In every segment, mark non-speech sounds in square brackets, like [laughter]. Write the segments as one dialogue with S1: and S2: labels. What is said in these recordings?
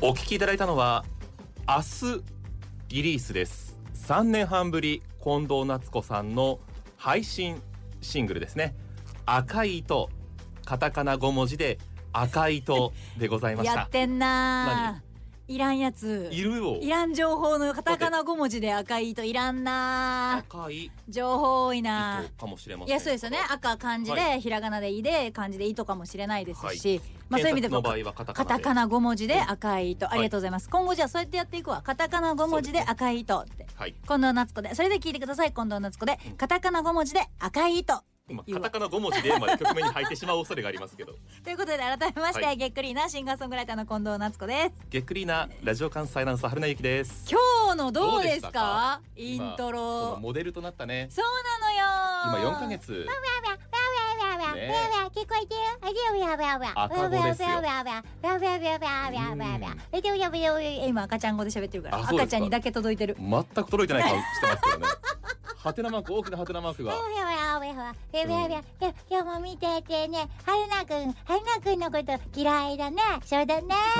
S1: お聞きいただいたのは明日リリースです3年半ぶり近藤夏子さんの配信シングルですね赤い糸カタカナ5文字で赤い糸でございまし
S2: や
S1: た
S2: ってんなーいらんやつ
S1: いるよ
S2: いらん情報のカタカナ5文字で赤い糸いらんなー
S1: 赤い
S2: 情報多いな
S1: 糸かもしれま
S2: ー
S1: せん
S2: いやそうですよね赤漢字で、
S1: は
S2: ひらがなで「い」で漢字で「い」とかもしれないですし、まあそういう
S1: 検
S2: 意味で
S1: 索の
S2: も
S1: 場合はカタカ
S2: カ
S1: ナ
S2: タ
S1: で
S2: カナ5文字で赤い糸、ありがとうございます今後じゃあそうやってやっていくわカタカナ5文字で赤い糸って
S1: はい
S2: 近藤夏子でそれで聞いてください近藤夏子で、
S1: うん
S2: カタカナ5文字で赤い糸って
S1: まあ
S2: いう
S1: カ
S2: わ
S1: タカナ5文字でまあ局面に入ってしまう恐れがありますけど
S2: ということで改めまして、
S1: は
S2: げっくりなシンガーソングライターの近藤夏子です
S1: げっくりなラジオ関西アナウンサー春名ゆきです
S2: 今日のどうですか
S1: どうで
S2: イ
S1: したか
S2: ント
S1: この
S2: ロ
S1: モデルとなったね
S2: そうな
S1: 今
S2: のよ
S1: 4ヶ月
S2: え今赤ちゃん語で喋ってるから
S1: あそうですか
S2: 赤ちゃんにだけ届いてる
S1: 全く届いてない顔してますけどねハテナマーク大きなハテナマークが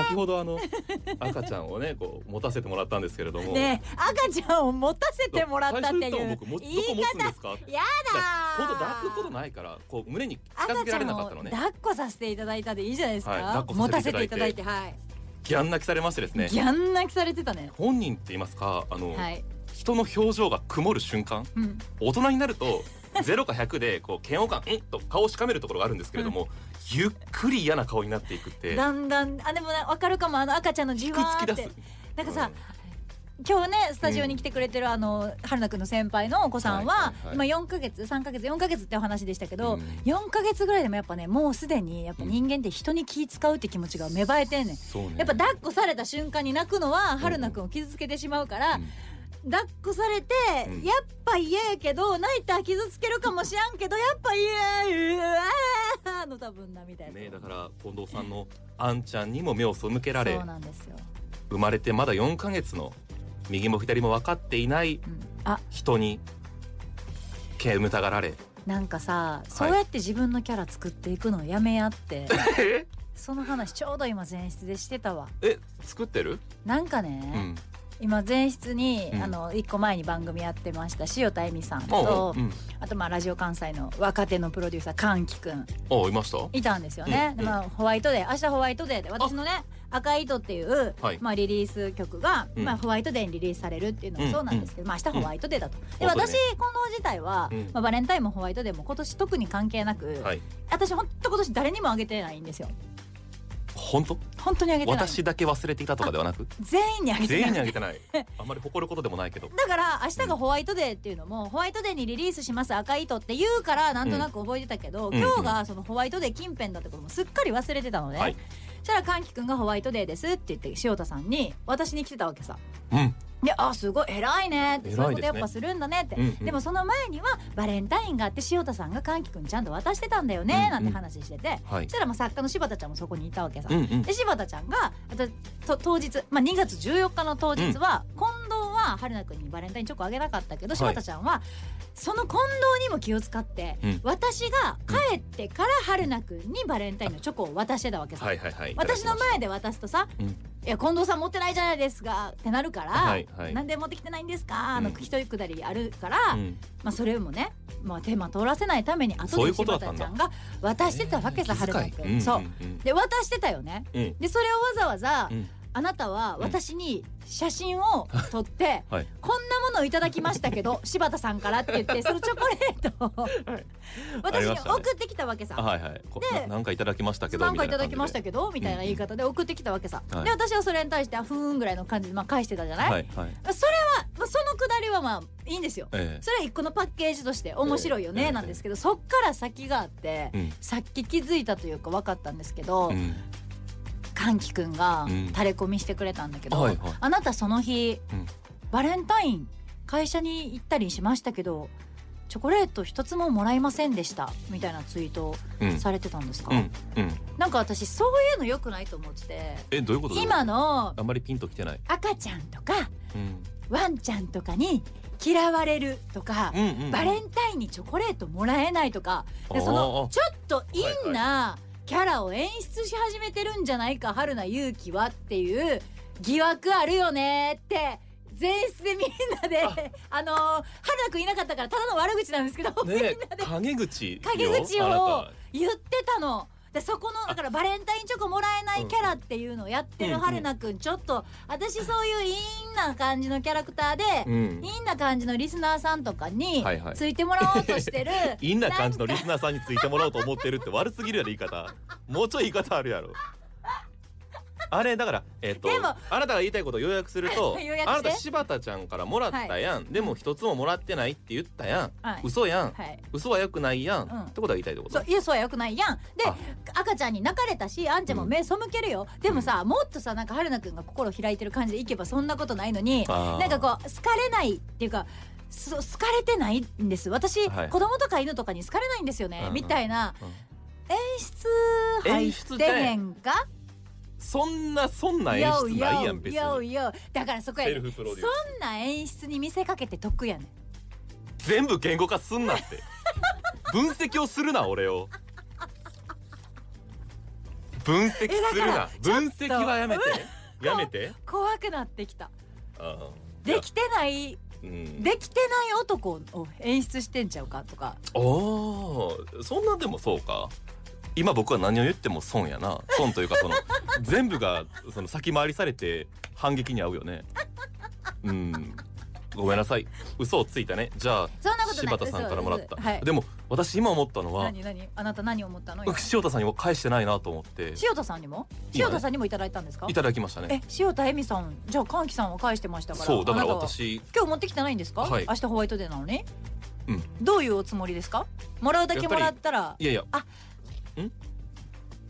S1: 先ほどあの赤ちゃんをねこう持たせてもらったんですけれども
S2: ねえ赤ちゃんを持たせてもらったって
S1: 最
S2: い
S1: 初言った
S2: う
S1: の僕もど
S2: 言い
S1: こ持つんですか
S2: やだ
S1: 本当抱くこと
S2: い
S1: ないからこう胸に近づ
S2: 赤
S1: け
S2: ち
S1: ら
S2: ゃ
S1: れ
S2: ん
S1: な
S2: を
S1: かったのね
S2: 抱っこさせていただいたでいいじゃないですか、
S1: はい抱っこ
S2: 持た
S1: さ
S2: せ
S1: せ
S2: て
S1: て
S2: い
S1: い
S2: た
S1: た
S2: だ
S1: だ
S2: い
S1: い
S2: て
S1: て
S2: はい
S1: ギャン泣きされましてですね
S2: ギャン泣きされてたね
S1: 本人って言いますかあの、
S2: はい、
S1: 人の表情が曇る瞬間
S2: うん、
S1: 大人になると0か100でこう嫌悪感うんと顔をしかめるところがあるんですけれども、ゆっくり嫌な顔になっていくって
S2: だんだんあでもなわかるかもあの赤ちゃんのじ
S1: く
S2: わ
S1: つき
S2: ーっ
S1: 出
S2: て
S1: す
S2: なんかさ、今日ねスタジオに来てくれてる、あの春菜くんの先輩のお子さんは、
S1: はいはいは
S2: 今4ヶ月3ヶ月4ヶ月ってお話でしたけど、
S1: うん
S2: 4ヶ月ぐらいでもやっぱねもうすでにやっぱ人間って人に気使うって気持ちが芽生えてんねん、
S1: そうね
S2: やっぱ抱っこされた瞬間に泣くのは春菜くんを傷つけてしまうから、
S1: うん
S2: 抱っこされて、
S1: うん
S2: やっぱ嫌やけど泣いたら傷つけるかもしらんけどやっぱ嫌やうわーの多分なみたいな、
S1: ねだから近藤さんのあんちゃんにも目を背けられ
S2: そうなんですよ、
S1: 生まれてまだ4ヶ月の右も左も分かっていない
S2: うん、あ
S1: 人に煙たがられ
S2: なんかさそうやって自分のキャラ作っていくのやめ
S1: [laughs]
S2: やって、
S1: え
S2: その話ちょうど今前室でしてたわ
S1: え作ってる、
S2: なんか
S1: う
S2: ね、
S1: ん、
S2: 今前室に、
S1: うん
S2: あの一個前に番組やってました塩田恵美さん
S1: おう
S2: と、
S1: うん
S2: あとまあラジオ関西の若手のプロデューサーかんきくん
S1: おういました
S2: いたんですよね、
S1: うん
S2: でまあ、ホワイトデー明日ホワイトデーで私のね「赤い糸」っていう、
S1: はい
S2: まあ、リリース曲が、
S1: うん
S2: まあ、ホワイトデーにリリースされるっていうのもそうなんですけど、まあ、明日ホワイトデーだと、で
S1: うんそうだ
S2: 私
S1: ね
S2: 近藤自体は、
S1: うん
S2: まあ、バレンタインもホワイトデーも今年特に関係なく、
S1: はい
S2: 私本当今年誰にもあげてないんですよ
S1: 本当
S2: 本当にあげてない
S1: 私だけ忘れていたとかではなく
S2: 全員にあげて
S1: 全
S2: な
S1: 員
S2: い
S1: にあげて
S2: [laughs]
S1: ないあんまり誇ることでもないけど
S2: だから明日がホワイトデーっていうのも、ホワイトデーにリリースします赤い糸って言うからなんとなく覚えてたけど、
S1: うん
S2: 今日がそのホワイトデー近辺だってこともすっかり忘れてたのね、
S1: はい
S2: そしたらかんきくんがホワイトデーですって言って塩田さんに私に来てたわけさ
S1: うん
S2: であすごい偉いねって
S1: 偉いですね
S2: そういうことやっぱするんだねって、
S1: うんうん
S2: でもその前にはバレンタインがあって塩田さんがかんきくんにちゃんと渡してたんだよ
S1: うんう
S2: ね
S1: ん
S2: なんて話してて、
S1: はい
S2: そしたらまあ作家の柴田ちゃんもそこにいたわけさ、
S1: うんうん
S2: で柴田ちゃんがあとと当日、まあ、2月14日の当日は、近藤は春菜くんにバレンタインチョコあげなかったけど
S1: はい
S2: 柴田ちゃんは、その近藤にも気を使って、
S1: うん
S2: 私が帰ってから春菜くんにバレンタインのチョコを渡してたわけさ、
S1: はいはいはい
S2: 私の前で渡すとさ「
S1: うん
S2: いや近藤さん持ってないじゃないですか」ってなるから「
S1: はいはい
S2: なんで持ってきてないんですか?」の
S1: うん
S2: 一人くだりあるから、
S1: うん
S2: まあ、それもね、まあ、手間通らせないために
S1: そ
S2: 後
S1: うい
S2: で
S1: うことだ
S2: 柴
S1: った
S2: 田
S1: ん
S2: ち
S1: だ
S2: ゃんが渡してたわけさ、
S1: えー
S2: 春菜
S1: 気
S2: く
S1: 遣
S2: ん。
S1: いん
S2: そう
S1: うん
S2: で渡してたよね
S1: うんうん
S2: でそれをわざわざ、
S1: うん
S2: あなたは私に写真を撮って、
S1: [laughs] はい
S2: こんなものをいただきました
S1: [laughs]
S2: けど柴田さんからって言ってそのチョコレートを
S1: はいあ
S2: [laughs] 私
S1: り
S2: に
S1: ましたね
S2: 送ってきたわけさ。
S1: あはいはいこ
S2: で
S1: ななんかいただきましたけど
S2: なんかいただきました
S1: け
S2: けどみたいな言い方で送ってきたわけさ、
S1: はい
S2: で私はそれに対してあふーんぐらいの感じでまあ返してたじゃない、
S1: はいはい
S2: それは、まあ、そのくだりはまあいいんですよ
S1: え
S2: それは一個のパッケージとして面白いよ
S1: え
S2: ね
S1: え
S2: なんですけどそっから先があって、
S1: えうん
S2: さっき気づいたというか分かったんですけど、
S1: うん
S2: かんきくんが
S1: うん
S2: 垂れ込みしてくれたんだけど、
S1: はいはい
S2: あなたその日、
S1: うん
S2: バレンタイン会社に行ったりしましたけどチョコレート一つももらえませんでしたみたいなツイート
S1: うん
S2: されてたんですか、
S1: うんうん
S2: なんか私そういうの良くないと思ってて
S1: えどういうことだ
S2: 今の
S1: あんまりピンときてない
S2: 赤ちゃんとか
S1: うん
S2: ワンちゃんとかに嫌われるとか、
S1: うんうん
S2: バレンタインにチョコレートもらえないとかで
S1: あー
S2: そのちょっと陰なキャラを演出し始めてるんじゃないか春菜勇気はっていう疑惑あるよねって全室でみんなであのー春菜くんいなかったからただの悪口なんですけど、
S1: ね陰口よ
S2: 陰口を
S1: あなた
S2: 言ってたの。でそこのだからバレンタインチョコもらえないキャラっていうのをやって
S1: うん
S2: る
S1: うん
S2: 春菜くんちょっと私そういう陰な感じのキャラクターで
S1: うん
S2: 陰な感じのリスナーさんとかに
S1: はいはい
S2: ついてもらおうとして
S1: [laughs]
S2: る
S1: いいな感じのリスナーさんについてもらおうと思ってるって悪すぎるやろ言い方もうちょい言い方あるやろあれだからえっ、と
S2: でも
S1: あなたが言いたいことを要約すると
S2: [laughs] はい要約して
S1: あなた柴田ちゃんからもらったやん、でも一つももらってないって言ったやん、
S2: はい
S1: 嘘やん
S2: はい
S1: 嘘は良くないやん、
S2: うん
S1: ってことは言いたいってこと
S2: そういやそうはよくないやんで
S1: あ
S2: 赤ちゃんに泣かれたしあんちゃんも目背けるよ、でもさもっとさなんか春菜くんが心開いてる感じでいけばそんなことないのに
S1: あー
S2: なんかこう好かれないっていうかそ好かれてないんです私、
S1: はい
S2: 子供とか犬とかに好かれないんですよね、
S1: うんうん
S2: みたいな
S1: うん
S2: 演出入ってへんか
S1: そんなそんな演出ないやん別
S2: いや
S1: に
S2: いやだからそこや
S1: セ
S2: ね
S1: ル
S2: ん
S1: フプロデュース
S2: そんな演出に見せかけて得やねん
S1: 全部言語化すんなって
S2: [laughs]
S1: 分析をするな俺を分析する
S2: えだ
S1: な分析はやめてやめて
S2: 怖くなってきた
S1: あー
S2: できてない
S1: うん
S2: できてない男を演出してんちゃうかとか
S1: おーそんなでもそうか今僕は何を言っても損やな損というか
S2: [laughs]
S1: その全部がその先回りされて反撃に遭うよねうんごめんなさい嘘をついたねじゃあ
S2: そんなことない
S1: 柴田さんからもらった、
S2: 嘘嘘はい
S1: でも私今思ったのは
S2: 何何あなた何思ったの今
S1: 塩田さんにも返してないなと思って
S2: 塩田さんにも
S1: 今
S2: 塩田さんにもいただいたんですか
S1: いただきましたね
S2: え塩田恵美さんじゃあ柑樹さんは返してましたから
S1: そうだから
S2: あなたは
S1: 私
S2: 今日持ってきてないんですか、
S1: はい
S2: 明日ホワイトデーなのに、
S1: うん
S2: どういうおつもりですかもらうだけもらったら
S1: いやいや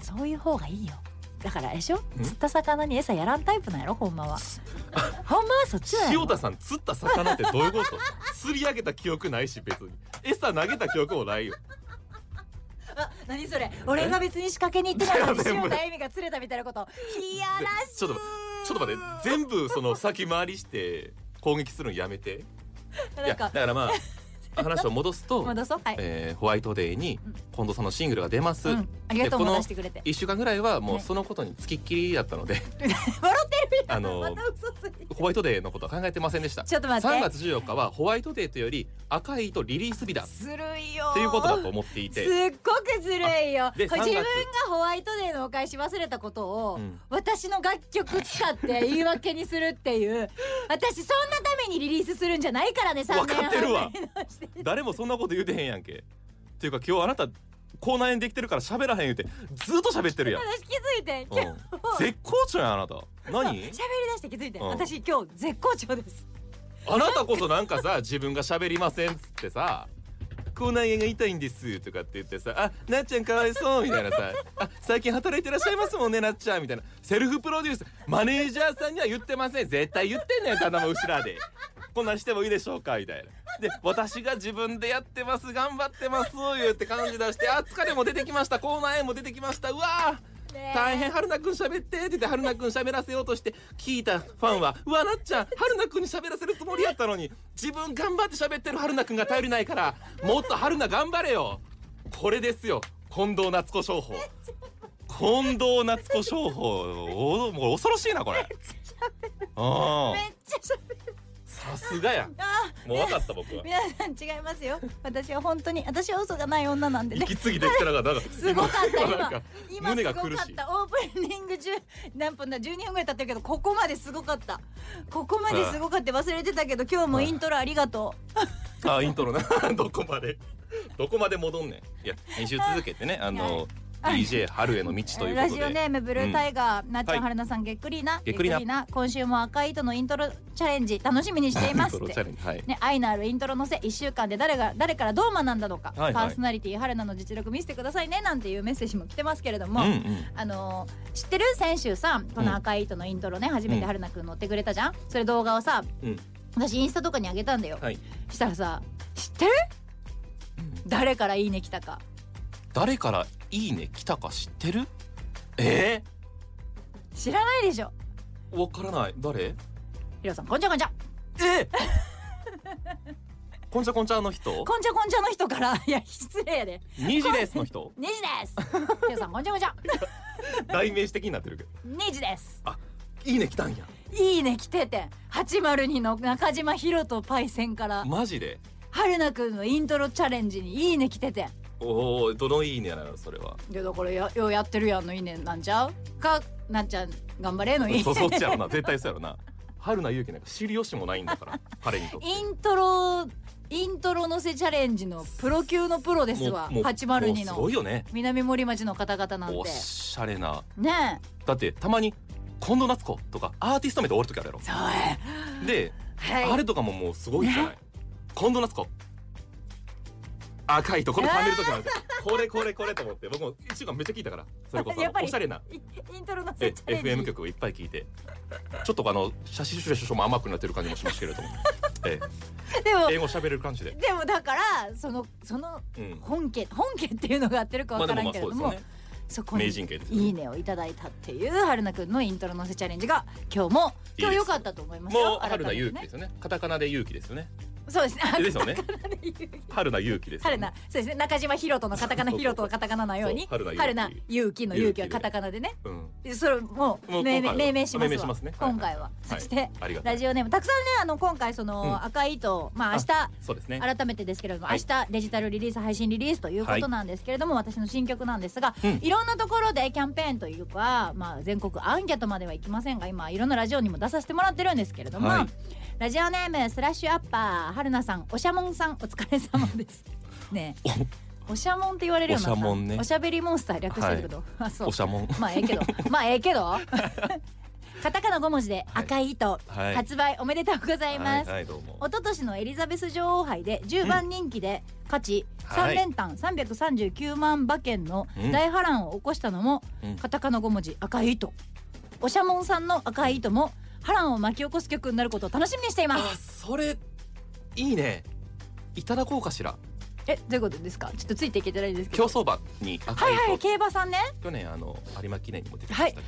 S2: そういう方がいいよだからあれでしょ
S1: ん
S2: 釣った魚に餌やらんタイプなんやろほんま
S1: [laughs]
S2: はほんまはそっちなんや
S1: 塩
S2: ろ
S1: 田さん釣った魚ってどういう
S2: [laughs]
S1: こと釣り上げた記憶ないし別に餌投げた記憶もないよ
S2: あ何それ俺が別に仕掛けに行ってないのに
S1: いやでも
S2: 塩田恵美が釣れたみたい
S1: [laughs]
S2: なこといやらしい
S1: ちょっとちょっと待って全部その先回りして攻撃するのやめてい
S2: な
S1: や
S2: んか
S1: だからまあ
S2: [laughs]
S1: 話を戻すと、
S2: 戻そうはい、
S1: えーホワイトデーに近藤さんのシングルが出ます、
S2: うん、ありがとう
S1: でこの
S2: 戻してくれて
S1: 一週間ぐらいはも
S2: は
S1: う
S2: い
S1: そのことにつきっきりだったので
S2: 笑ってるやん
S1: あの
S2: [laughs] また嘘ついて
S1: ホワイトデーのことは考えてませんでした
S2: ちょっと待って
S1: 3月14日はホワイトデーというより赤い糸リリース日だっ
S2: ずるいよー
S1: ていうことだと思ってい、
S2: すってごくずるいよこ
S1: で
S2: れ
S1: 3
S2: 自分が
S1: 月
S2: ホワイトデーのお返し忘れたことを、
S1: うん
S2: 私の楽曲使って言い訳にするっていう私そんなためにリリースするんじゃないからね3年
S1: わかってるわ
S2: 半のして
S1: 誰もそんなこと言うてへんやんけっていうか今日あなた口内炎できてるから喋らへん言うてずっと喋ってるやん、
S2: [laughs] 私気づ [laughs] いて
S1: う
S2: 今日
S1: ん、絶好調やんあなた
S2: 喋り
S1: 何
S2: 出して気づいて、
S1: うん
S2: 私今日絶好調です
S1: あなたこそなんかさ自分が喋りませんっつってさ口内炎が痛いんですとかって言ってさあなっちゃんかわいそうみたいなさあ最近働いてらっしゃいますもんねなっちゃんみたいなセルフプロデュースマネージャーさんには言ってません絶対言ってんねんただの後ろでこんなんしてもいいでしょうかみたいなで私が自分でやってます頑張ってます言うて感じ出してあ疲れも出てきました口内炎も出てきましたうわー
S2: ねえ
S1: 大変春菜くん喋ってって言って春菜くん喋らせようとして聞いたファン
S2: [laughs]
S1: はうわなっちゃん春菜くんに喋らせるつもりやったのに自分頑張って喋ってる春菜くんが頼りないからもっと春菜頑張れよこれですよ近藤夏子商法近藤夏子商法おもう恐ろしいなこれあ
S2: めっちゃ喋る
S1: さすがや
S2: あ
S1: もう分かった僕は
S2: 皆さん違いますよ私は本当に私は嘘がない女なんでね
S1: 息継ぎできてなかったなんか
S2: すごかった
S1: なん
S2: 今
S1: か
S2: 今
S1: 胸
S2: す
S1: が
S2: ご
S1: 苦
S2: か
S1: し
S2: っ
S1: い
S2: たオープニング中何分だ12分ぐらい経ってるけどここまですごかったここまですごかった忘れてたけど今日もイントロありがと
S1: あイントロな [laughs] どこまでどこまで戻んねんいや2週続けてねあの
S2: はい
S1: DJ 春への道と
S2: う
S1: いう
S2: ラ
S1: こ
S2: ジ
S1: と
S2: オ
S1: で
S2: ネームブルータイガー、なっちゃん、
S1: はい
S2: 春菜さんげっくりな
S1: げっくりな
S2: 今週も赤い糸のイントロチャレンジ楽しみにしてい
S1: イン
S2: ます
S1: ト
S2: っ
S1: ロ [laughs] チ
S2: て
S1: ャレンジはい
S2: ね、愛のあるイントロのせ1週間で誰が誰からどう学んだのか、
S1: はいはい
S2: パーソナリティ春菜の実力見せてくださいねなんていうメッセージも来てますけれど
S1: う
S2: も、
S1: んうん
S2: あのー知ってる先週さこの赤い糸のイントロね、初めて春菜くん乗ってくれたじゃんそれ動画をさ
S1: うん
S2: 私インスタとかにあげたんだよ、
S1: はい
S2: したらさ知ってる誰からいいね来たか
S1: 誰からいいね来たか知ってるえ
S2: 知らないでしょ
S1: ー、わからない誰
S2: [laughs] ヒロさんこんちゃこんちゃ
S1: えこんちゃこんちゃの人
S2: こんちゃこんちゃの人から [laughs] いや失礼やで
S1: 2時ですの人
S2: 2時で
S1: [laughs]
S2: すケイさんこんちゃこんちゃ
S1: 代名詞的になってるけど
S2: 2時です
S1: いいね来たんや
S2: いいね来てて802の中島ひろとパイセンから
S1: マジで
S2: 春菜くんのイントロチャレンジにいいね来てて
S1: おおどのいいねなのそれは
S2: でだからやようやってるやんのいいねなんちゃうかなっちゃん頑張れのいい
S1: そそっちやろな絶対そうやろな春菜ゆうきなんか知りよしもないんだから彼にとって
S2: イントロイントロ乗せチャレンジのプロ級のプロですわ
S1: もうもうもう
S2: 802
S1: すご
S2: の
S1: いよね
S2: 南森町の方々なんて
S1: おしゃれな
S2: ねえ
S1: だってたまに近藤夏子とかアーティスト名で終わる時あるや
S2: そうや
S1: ろで、
S2: はい
S1: あれとかももうすごいじゃない、近藤夏子赤いとこれ噛める時もあるんですよこれこれこれと思って僕も一週間めっちゃ聞いたからそれこそ
S2: やっぱり
S1: おしゃれな
S2: イイントロ乗せ
S1: え
S2: チャレンジ
S1: FM 曲をいっぱい聞いてちょっとあの写真集書も甘くなってる感じもしますけれども、え
S2: でも
S1: え英語喋れる感じで、
S2: でもだからそのその
S1: うん、
S2: 本家本家っていうのが合ってるかわからんけれども、
S1: まあでもまあそうですよね
S2: そこに
S1: 名人系ですよね
S2: いいねをいただいたっていう春菜くんのイントロ乗せチャレンジが今日も今日良かったと思いますよ
S1: もう春菜
S2: 改め
S1: 勇
S2: て
S1: 気
S2: ね
S1: ですよねカタカナで勇気ですよね
S2: そうですねあ
S1: ですよね
S2: カタカナで勇気
S1: 春菜勇気ですよ
S2: 春
S1: ね
S2: 菜そうですね中島ひろとのカタカナ
S1: そうそうそう
S2: ひろとのカタカナのように
S1: そう春菜
S2: 春菜
S1: 勇
S2: 勇気の勇気はカタカナでね
S1: うん
S2: それも
S1: も
S2: う
S1: う
S2: 命
S1: 今回
S2: 名
S1: は
S2: 命名しますわ
S1: 命名しますねはい
S2: 今回は、
S1: はい
S2: そして
S1: ありがた
S2: ラ
S1: い
S2: ジオネームたくさんねあの今回そ
S1: うん
S2: の赤い糸、まあ明日
S1: そうですね
S2: 改めてですけれども、
S1: はい
S2: 明日デジタルリリース配信リリースということなんですけれども、私の新曲なんですが、
S1: うん
S2: いろんなところでキャンペーンというか、まあ、全国アンケートまではいきませんが今いろんなラジオにも出させてもらってるんですけれども、
S1: はい
S2: ラジオネームスラッシュアッパー春菜さんおしゃもんさんお疲れ様
S1: [laughs]
S2: です。ねえおしゃもんって言われるようになった
S1: おしゃもんね
S2: おしゃべりモンスター略してるけど、 [laughs] あそう
S1: おしゃもん
S2: まあえ
S1: [laughs]
S2: えけどまあええけど [laughs] カタカナ5文字で赤い糸、
S1: はい
S2: 発売おめでとうございます。
S1: はい、はい、どうも
S2: 一昨年のエリザベス女王杯で10番人気で勝ち、
S1: はい
S2: 3連単339万馬券の大波乱を起こしたのも、
S1: うん
S2: カタカナ5文字赤い糸おしゃもんさんの赤い糸も波乱を巻き起こす曲になることを楽しみにしています
S1: あそれいいねいただこうかしら
S2: えどういうことですかちょっとついていけてないんですけ
S1: 競
S2: ど
S1: 走馬に赤
S2: はいい
S1: 糸、
S2: はい競馬さんね
S1: 去年あの有馬記念にも出てましたけど、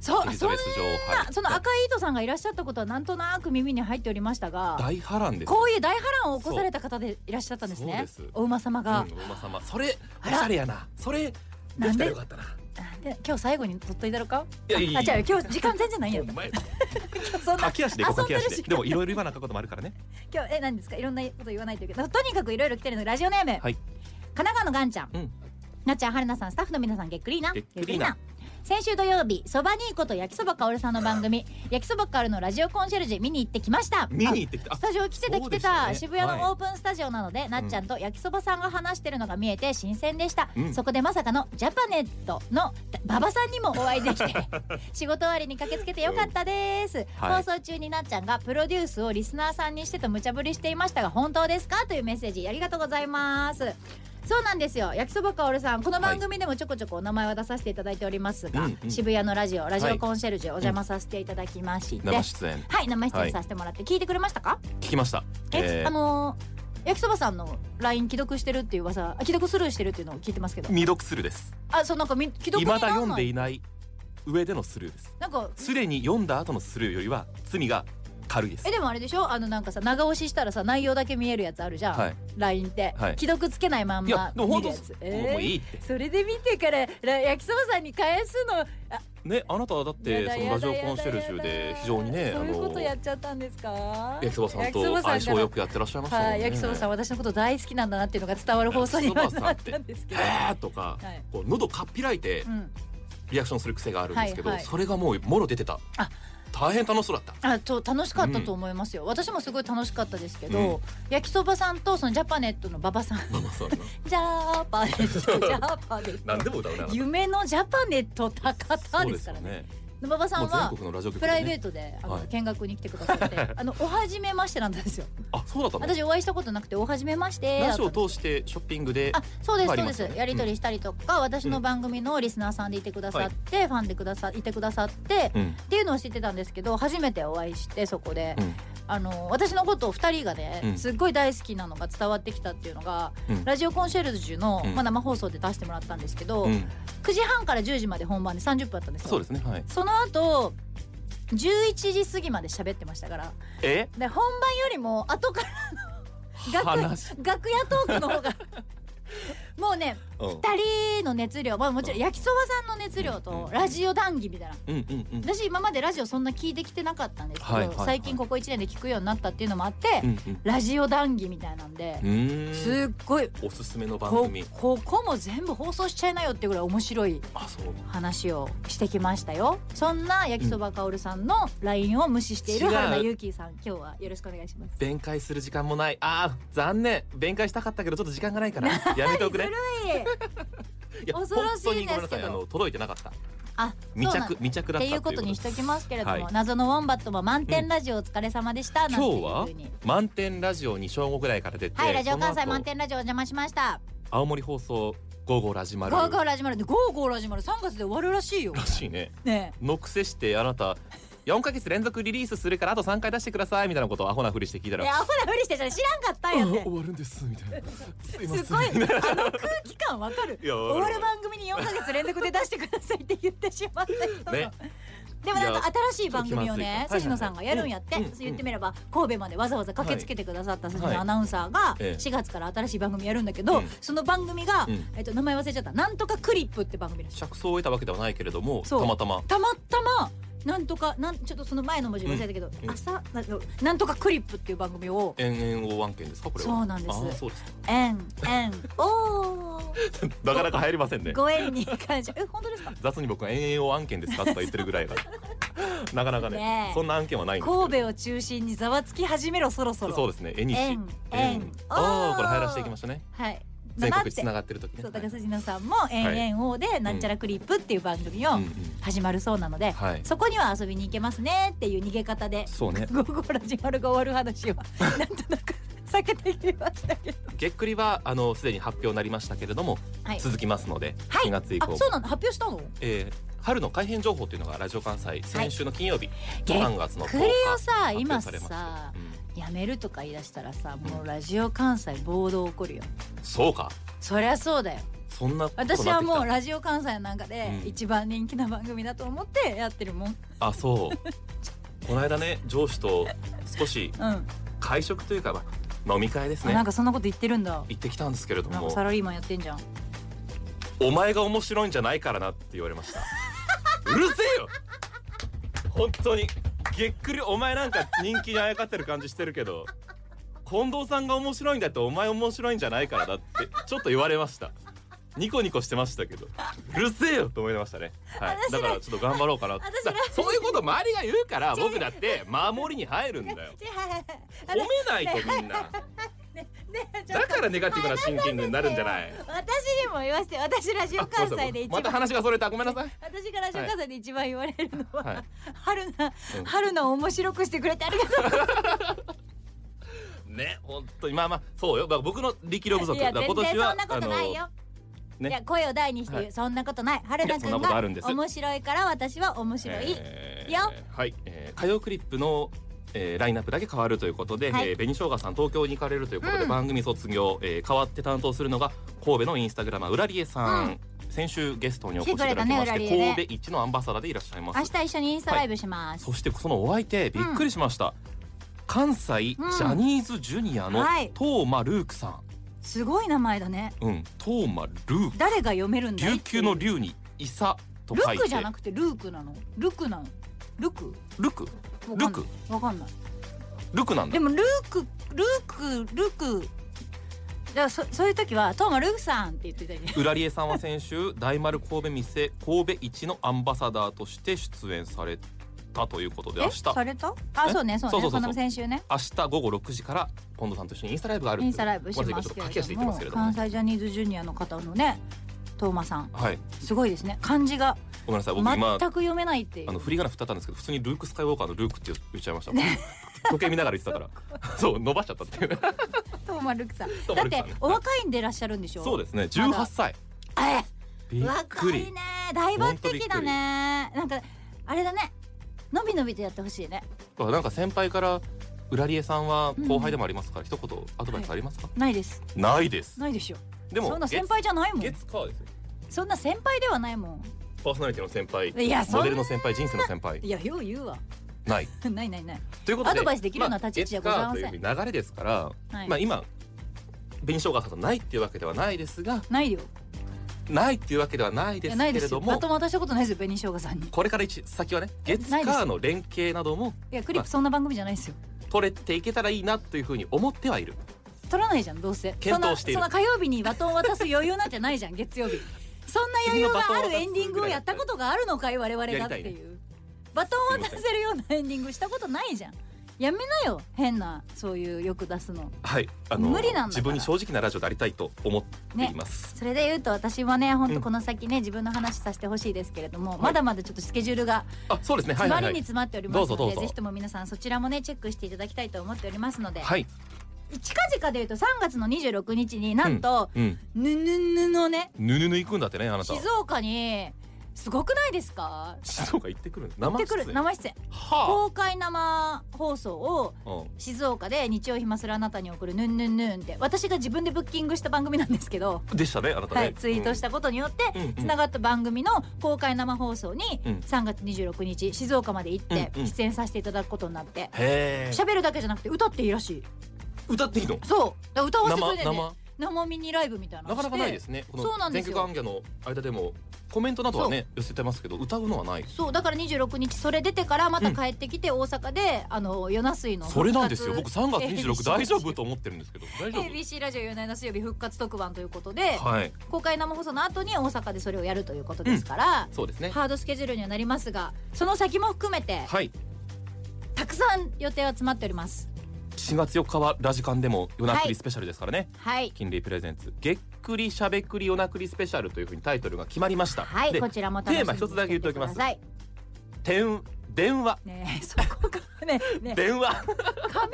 S2: そう
S1: エリ
S2: そ
S1: ザベ
S2: ん
S1: ス女王
S2: な
S1: 杯
S2: その赤い糸さんがいらっしゃったことはなんとなく耳に入っておりましたが
S1: 大波乱ですよ
S2: こういう大波乱を起こされた方でいらっしゃったんですね
S1: そうです
S2: お馬様が、
S1: うん、お馬様それお
S2: あ
S1: し
S2: ら
S1: ゃれやなそれで
S2: なん
S1: きたら
S2: で
S1: よかったな
S2: なんで今日最後に取っといたろか
S1: いやいい
S2: あ、じゃあ今日時間全然ないんや
S1: [laughs] ほんまや
S2: そんな
S1: 駆け足で行こう
S2: 遊んで
S1: 駆け
S2: る
S1: 足
S2: し
S1: ででもいろいろ言わなあかんこともあるからね
S2: 今日え何ですかいろんなこと言わないといけないとにかくいろいろ来てるのラジオネーム、
S1: はい
S2: 神奈川のガンちゃん、
S1: うん
S2: なっちゃんはるなさんスタッフの皆さんげっくりな
S1: げっくりな
S2: 先週土曜日そばにいこと焼きそばかおるさんの番組焼きそばかおるのラジオコンシェルジュ見に行ってきました
S1: 見に行ってきた
S2: あスタジオ来てた
S1: そ
S2: 来
S1: うで
S2: て
S1: した
S2: た、
S1: ね
S2: 渋谷
S1: はい
S2: のオープンスタジオなので、なっちゃんと焼きそばさんが話してるのが見えて新鮮でした、
S1: うん
S2: そこでまさかのジャパネットの馬場さんにもお会いでき
S1: [laughs]
S2: て仕事終わりに駆けつけてよかったです、
S1: はい
S2: 放送中になっちゃんがプロデュースをリスナーさんにしてと無茶ぶりしていましたが本当ですかというメッセージありがとうございますそうなんですよ焼きそばかおるさんこの番組でもちょこちょこお名前は出させていただいておりますが、
S1: うんうん
S2: 渋谷のラジオラジ
S1: はい
S2: オコンシェルジュお邪魔させていただきまして、
S1: 生出演
S2: はい生出
S1: は
S2: 演
S1: い
S2: させてもらって、聞いてくれましたか
S1: 聞きました
S2: え、
S1: えー
S2: あのー焼きそばさんの LINE 既読してるっていう噂あ既読スルーしてるっていうのを聞いてますけど
S1: 未読スルーです
S2: あそうなんかみ既読に
S1: 未
S2: な
S1: だ
S2: らない
S1: 読んでいない上でのスルーです
S2: なんか
S1: すでに読んだ後のスルーよりは罪が軽いです
S2: えでもあれでしょあのなんかさ長押ししたらさ内容だけ見えるやつあるじゃん、
S1: はい
S2: LINE って、
S1: はい
S2: 既読つけないまん
S1: いや
S2: ま
S1: でも
S2: 見
S1: 本当
S2: るや
S1: そ
S2: つ
S1: もう
S2: えー
S1: もういいって
S2: それで見てからら焼きそばさんに返すのあ
S1: ねあなたはだって
S2: やだ
S1: その
S2: や
S1: ラ
S2: だ
S1: ジオコンシェルジュ
S2: や
S1: で
S2: だ
S1: 非常にね
S2: そういうことやっ
S1: 焼
S2: ちゃったんですか
S1: きそばさん
S2: 焼きそ
S1: と
S2: ばさん
S1: 相性よ
S2: か
S1: くやってらっしゃいまし
S2: ら
S1: たもん
S2: は
S1: ね
S2: い焼きそばさん
S1: は
S2: 私のこと大好きなんだなっていうのが伝わる放送には
S1: 焼きそばさ
S2: なっ
S1: んって
S2: たんですけど、
S1: えーとか
S2: はい
S1: こう喉かっぴらいて
S2: うん、
S1: リアクションする癖があるんですけど
S2: はいはい
S1: それがもうもろ出てた
S2: あ
S1: 大変楽しそうだった
S2: あと楽しかったと思いますよ、私もすごい楽しかったですけど、
S1: う
S2: 焼きそばさんとそのジャパネットの馬場さん [laughs]
S1: ママさんな
S2: ジャパネットジャパネット
S1: 何でも歌うな
S2: 夢のジャパネット高田
S1: そう
S2: で
S1: ですす
S2: か
S1: よ
S2: らね
S1: ね
S2: 馬場さ
S1: も
S2: ん
S1: う全
S2: は
S1: 国のラジオ局で
S2: プライベー
S1: ね
S2: トであの、
S1: はい
S2: 見学に来てくださってあのお初めましてなんですよ
S1: あ [laughs] そうだったの
S2: 私お会いしたことなくてお初めましてだ
S1: ラ
S2: っ
S1: ジ
S2: たん
S1: オ
S2: です
S1: を通してショッピングで
S2: あそうです
S1: まああ
S2: そ
S1: り
S2: う
S1: ま
S2: ですす
S1: よね
S2: やり取りしたりとか、私の番組のリスナーさんでいてくださって、ファンでくださいてくださって、
S1: うん
S2: っていうのを知ってたんですけど初めてお会いしてそこで、
S1: うん
S2: あの私のことを2人がね、
S1: うん
S2: すっごい大好きなのが伝わってきたっていうのが、
S1: うん
S2: ラジオコンシェルジュの、
S1: うん
S2: まあ、生放送で出してもらったんですけど、
S1: うん
S2: 9時半から10時まで本番で30分あったんですよ
S1: そうですねはい
S2: その後11時過ぎまで喋ってましたから
S1: え [laughs]
S2: で本番よりも後から楽屋
S1: 話、
S2: 楽屋トークの方がもうね
S1: うん、
S2: 二人の熱量まあもちろん焼きそばさんの熱量
S1: うん
S2: と
S1: うん
S2: ラジオ談義みたいな
S1: うんうんうん
S2: 私今までラジオそんな聞いてきてなかったんですけど、
S1: はいはいはい
S2: 最近ここ1年で聞くようになったっていうのもあって、
S1: うんうん
S2: ラジオ談義みたいなんで
S1: う、ーん
S2: すっごい
S1: おすすめの番
S2: こ
S1: 組
S2: ここも全部放送しちゃいなよってぐらい面白い
S1: あそう
S2: 話をしてきましたよそんな焼きそばかおるさんの LINE を無視している
S1: 違う
S2: 原田ゆうきさん今日はよろしくお願いします
S1: 弁解する時間もないあー残念弁解したかったけどちょっと時間がないから [laughs] やめておくね
S2: はい
S1: いや
S2: 恐ろしいんで
S1: 本当にごめ
S2: すけど
S1: んなさいあの届いてなかった
S2: あ
S1: 未
S2: そうなん
S1: 着未着だった
S2: っていうことにしときますけれども、
S1: はい
S2: 謎のウォンバットも満点ラジオお疲れ様でした、なんていうふうに
S1: 満点ラジオに正午ぐらいから出て
S2: はいラジオ関西
S1: この後
S2: 満点ラジオお邪魔しました
S1: 青森放送午後ラジマル
S2: ゴーゴーラジマルでゴーゴーラジマル3月で終わるらしいよ
S1: らしいね
S2: ね
S1: のくせしてあなた4ヶ月連続リリースするからあと3回出してくださいみたいなことをアホなふりして聞いた
S2: え
S1: ら
S2: でアホなふりしてたら知らんかったんやって
S1: あわるんですみたいな
S2: [laughs]
S1: すい [laughs]
S2: すごいあの空気感わかる
S1: いやわか
S2: 終
S1: る
S2: わる番組に4ヶ月連続で出してくださいって言ってしまった人の、
S1: ね
S2: でもなんか新しい番組を
S1: いや
S2: ね
S1: そう気まずい
S2: 辻野さんがやるんやって、
S1: はいはいはいうん
S2: そう言ってみれば神戸までわざわざ駆けつけてくださった辻野アナウンサーが
S1: ええ
S2: 4月から新しい番組やるんだけど、
S1: うん
S2: その番組が、
S1: うん
S2: えっと、名前忘れちゃった「なんとかクリップ」って番組らしい
S1: 着想を得たわけではないけれどもた
S2: そう
S1: またま
S2: たまたまなんとかなんちょっとその前の文字忘れたけど、
S1: うん
S2: 朝ななんとかクリップっていう番組を
S1: 延々応案件ですかこれは
S2: そうなんです
S1: あーそうです [laughs]
S2: 「えんえんおー」
S1: なかなか入りませんね
S2: ご縁に感謝え本当ですか
S1: 雑に僕は延々応案件ですかとか言ってるぐらいが [laughs] なかなかね
S2: ねえ
S1: そんな案件はないんですけど
S2: 神戸を中心にざわつき始めろそろそろ
S1: そうですね縁日
S2: 縁縁
S1: おーこれ入らせていきましたね
S2: はい
S1: 全国つ
S2: な
S1: な
S2: って
S1: がってる時ね
S2: そうだ
S1: は
S2: か
S1: い
S2: ら辻野さんも「
S1: い
S2: 縁縁王」で「なんちゃらクリップ」っていう番組を
S1: うんうん
S2: 始まるそうなので、
S1: はい
S2: そこには遊びに行けますねっていう逃げ方で
S1: そうね
S2: 「午後ラジマル」が終わ
S1: [laughs]
S2: る話はなんとなく避けてきましたけど
S1: げっくりはあのすでに発表になりましたけれども、
S2: はい
S1: 続きますので、
S2: はい
S1: 2月以
S2: あ
S1: 降、
S2: そうなんだ発表したの
S1: えー春の改編情報というのがラジオ関西先週の金曜日、
S2: げっ
S1: 3月の10
S2: ク
S1: 日
S2: リをさ
S1: 発
S2: 今
S1: 表されました
S2: さ
S1: うん
S2: やめるとか言い出したらさもうラジオ関西暴動起こるよ
S1: そうか
S2: そりゃそうだよ
S1: そんなことなってき
S2: 私
S1: た
S2: はもうラジオ関西なんかで
S1: うん
S2: 一番人気な番組だと思ってやってるもん。
S1: あそう [laughs] この間ね上司と少し
S2: うん。
S1: 会食というか、まあ、飲み会です
S2: あなん
S1: ね
S2: かそんなこと言ってるんだ。
S1: 行ってきたんですけれど
S2: なんか
S1: も
S2: サラリーマンやってんじゃん。 [laughs]
S1: お前が面白いんじゃないからなって言われましたうるせえよ本当にげっくりお前なんか人気にあやかってる感じしてるけど近藤さんが面白いんだってお前面白いんじゃないからだってちょっと言われましたニコニコしてましたけどうるせえよと思いましたね、はい、
S2: 私
S1: だ
S2: ら
S1: からちょっと頑張ろうかなだ
S2: 私ら
S1: そういうこと周りが言うから
S2: 違う
S1: 僕だって守りに入るんだよ褒
S2: 褒
S1: めないとみん
S2: [laughs]
S1: な
S2: ねねちょっ
S1: だ
S2: と
S1: からネガティブなシンキングになるんじゃない
S2: 私にも言わせて私ラジオ
S1: あご
S2: 関
S1: めんなさ
S2: 西
S1: い
S2: で一
S1: また
S2: 番
S1: 話がそれたごめんなさい
S2: 私がラジオ関西で一番言われるのは、
S1: はい
S2: 春菜
S1: うん
S2: 春菜を面白くしてくれてありがとう
S1: ね本当にまあまあそうよ、まあ、僕の力量不足
S2: いや
S1: だから
S2: 全
S1: 今
S2: 然
S1: 年
S2: そ
S1: は
S2: んなことないよ。
S1: ね
S2: いや声を大にして言う、
S1: はい
S2: そんなことない春菜く
S1: いやそ
S2: ん
S1: んなことあるんで
S2: が
S1: す
S2: 面白いから私は面白い、
S1: え
S2: よ
S1: はい、えー、火曜クリップのえー、ラインナップだけ変わるということで、
S2: はい
S1: えー紅生姜さん東京に行かれるということで、
S2: うん
S1: 番組卒業、えー、変わって担当するのが神戸のインスタグラマーうらりえさん、
S2: うん
S1: 先週ゲストにお越しいただきまし
S2: 来てくれ
S1: たて
S2: ねうらりえね
S1: 神戸一のアンバサダーでいらっしゃいます
S2: 明日一緒にインスタライブします、
S1: そしてそのお相手びっくりしました、関西ジャニーズジュニアの
S2: はい
S1: トーマルークさ
S2: すごい名前だね
S1: ん、うん、トーマルーク
S2: 誰が読めるんだい
S1: 琉球の
S2: ル
S1: 龍にイサと書い
S2: ク
S1: て
S2: じゃなくてルークなのルクなのルク
S1: ルク
S2: わかんない
S1: ルク
S2: わか
S1: ルクな
S2: んない
S1: んだ
S2: でもルークルークルークだからそそういう時はトーマルークさんって言ってたよね
S1: うらりえさんは先週大丸神戸店神戸一のアンバサダーとして出演されたということで明
S2: え
S1: 日
S2: されたあ
S1: え
S2: そうねそ
S1: そう
S2: うね
S1: そうそうそう
S2: この先週ね
S1: 明日午後6時から近藤さんと一緒にインスタライブがある
S2: インスタライブし
S1: ごめん
S2: ま
S1: な
S2: す
S1: さい
S2: け
S1: ちょっと駆け
S2: れ
S1: 足で行
S2: ど
S1: きま
S2: も
S1: すけれども
S2: 関
S1: ね
S2: 西ジャニーズジュニアの方のねトーマさん
S1: はい
S2: すごいですね漢字が
S1: ごめんなさい
S2: 全
S1: 僕今
S2: く読めないっていう
S1: あの振り仮名振ったんですけど普通にルーク・スカイウォーカーのルークって言っちゃいま
S2: [laughs]
S1: した時計見ながら言ってたからそう伸ばしちゃったっていう
S2: トーマルークさん
S1: トー
S2: だ
S1: マ
S2: っ
S1: ルークさ
S2: て
S1: んね
S2: お若いんでいらっしゃるんでしょ
S1: そうですね18歳
S2: え
S1: びっ
S2: 若
S1: く
S2: い
S1: り
S2: ね大抜擢だねなんかあれだねのびのびとやってほしいね
S1: だからなんか先輩からうらりえさんは後輩でもありますから、一言アドバイスありますか、
S2: ないです
S1: ないです
S2: ないでしょ
S1: でも
S2: そんな先輩じゃないもん
S1: 月火ですよ
S2: そんな先輩ではないもん
S1: パーソナリティの先輩
S2: いやそん
S1: モデルの先輩人生の先輩
S2: いやよう言うわ [laughs]
S1: ない
S2: ないないない。
S1: ということで
S2: アドバイスできるような立ち位置じゃございません
S1: あ月火という流れですから、
S2: はい
S1: まあ今紅生姜さんとないっていうわけではないですが
S2: ないよ。
S1: ないっていうわけではない
S2: い
S1: で
S2: や
S1: す
S2: ない
S1: け
S2: で
S1: れ
S2: すよ。
S1: ど
S2: ま
S1: も
S2: とも渡したことないですよ紅生姜さんに。い
S1: これから一先はね月
S2: ないです
S1: 火の連携なども
S2: やクリップそんな番組じゃないですよ。
S1: 取れていけたらいいなというふうに思ってはいる
S2: 取らないじゃんどうせ。
S1: 検討している
S2: そんなそんな火曜日にバトンを渡す余裕なんてない
S1: [laughs]
S2: じゃん月曜日。そんな余裕があるエンディングをやったことがあるのかい我々がって
S1: やり
S2: い
S1: た
S2: う。バトンを渡せるようなエンディングしたことないじゃん。やめなよ変なそういうよく出すの。
S1: はい
S2: 無理なんだから
S1: 自分に正直なラジオでありたいと思っています、
S2: それで言うと私はね本
S1: う
S2: 当
S1: ん
S2: この先ね、自分の話させてほしいですけれども、
S1: い
S2: まだまだちょっとスケジュールが
S1: あそうですねはいは
S2: 詰ま
S1: い
S2: り
S1: は
S2: に
S1: い
S2: 詰まっておりますので、
S1: どうぞどうぞ
S2: ぜひとも皆さんそちらもねチェックしていただきたいと思っておりますので、
S1: はい
S2: 近々で言うと3月の26日になんと、
S1: うん
S2: ぬぬぬのね
S1: ぬぬぬ行くんだってねあなた
S2: 静岡にすごくないですか
S1: 静岡行ってくる生
S2: 行って
S1: 出
S2: く
S1: 演
S2: る生出演
S1: は
S2: 公開生放送を
S1: あ、うん、
S2: 静岡で日曜日まするあなたに送るぬんぬんぬんって私が自分でブッキングした番組なんですけど、
S1: でしたねあなたね、、
S2: はい、ツイートしたたことによって、
S1: うんうん
S2: つながった番組の公開生放送に
S1: うん
S2: 3月26日静岡まで行って
S1: うんうん
S2: 出演させていただくことになって
S1: へえ
S2: 喋るだけじゃなくて歌っていいらしい
S1: 歌っていいの
S2: そうだから歌わせてく
S1: 生
S2: れてね
S1: 生
S2: 生ミニライブみたいなの
S1: なかなかないですすねこ
S2: そうな
S1: の
S2: んで
S1: 全
S2: すよ
S1: 曲アンギャの間でもコメントなどはね寄せてますけど歌うのはない
S2: そうだから26日それ出てからまた帰ってきて大阪で、あの夜な水の
S1: それなんですよ僕3月
S2: えー
S1: 26大丈夫と思ってるんですけど大丈
S2: ABC ラジオ夜な水曜日復活特番ということで
S1: 夫はい
S2: 公開生放送の後に大阪でそれをやるということですから、
S1: そうですね
S2: ハードスケジュールにはなりますがその先も含めて
S1: はい
S2: たくさん予定は詰まっております
S1: 4月4日はラジカンでも夜なくりスペシャルですからね
S2: はい
S1: 金利プレゼンツげっくりしゃべくり夜なくりスペシャルというふうにタイトルが決まりました
S2: はい
S1: で
S2: こちらも楽しみ
S1: テ
S2: に
S1: ーマ一つだけ言っておきます
S2: てください
S1: 電電話
S2: ねえそこが
S1: [laughs]
S2: ねね噛みよ
S1: 電話
S2: うが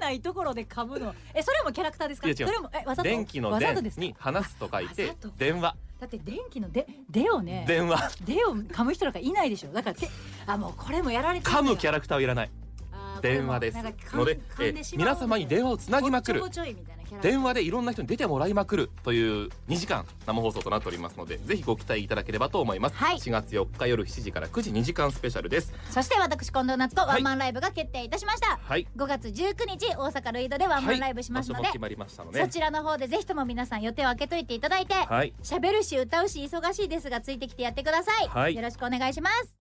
S2: ないところで噛むのえそれもキャラクターですか
S1: いや違う
S2: それもえわざと
S1: 電気の
S2: わざ
S1: 電
S2: とですか
S1: に話すと書い
S2: わ
S1: て
S2: ざと
S1: 電話
S2: だって電気のででをね
S1: 電話
S2: でを噛む人なんかいないでしょだからてあもうこれもやられて
S1: 噛むキャ
S2: ラ
S1: ラクターをいらない電話ですのでえー皆様に電話をつなぎまくる
S2: ちょこちょいみたいなキャラ
S1: 電話でいろんな人に出てもらいまくるという2時間生放送となっておりますのでぜひご期待いただければと思います、
S2: はい
S1: 4月4日夜7時から9時2時間スペシャルです
S2: そして私近藤夏子
S1: はい
S2: ワンマンライブが決定いたしました、
S1: はい
S2: 5月19日大阪ルイドでワンマンライブしますの
S1: はい、場所も
S2: で、
S1: 決まりましたの
S2: そ
S1: で
S2: ちらの方でぜひとも皆さん予定を空けといていただいて
S1: はい
S2: 喋るし歌うし忙しいですがついてきてやってください、
S1: はい
S2: よろしくお願いします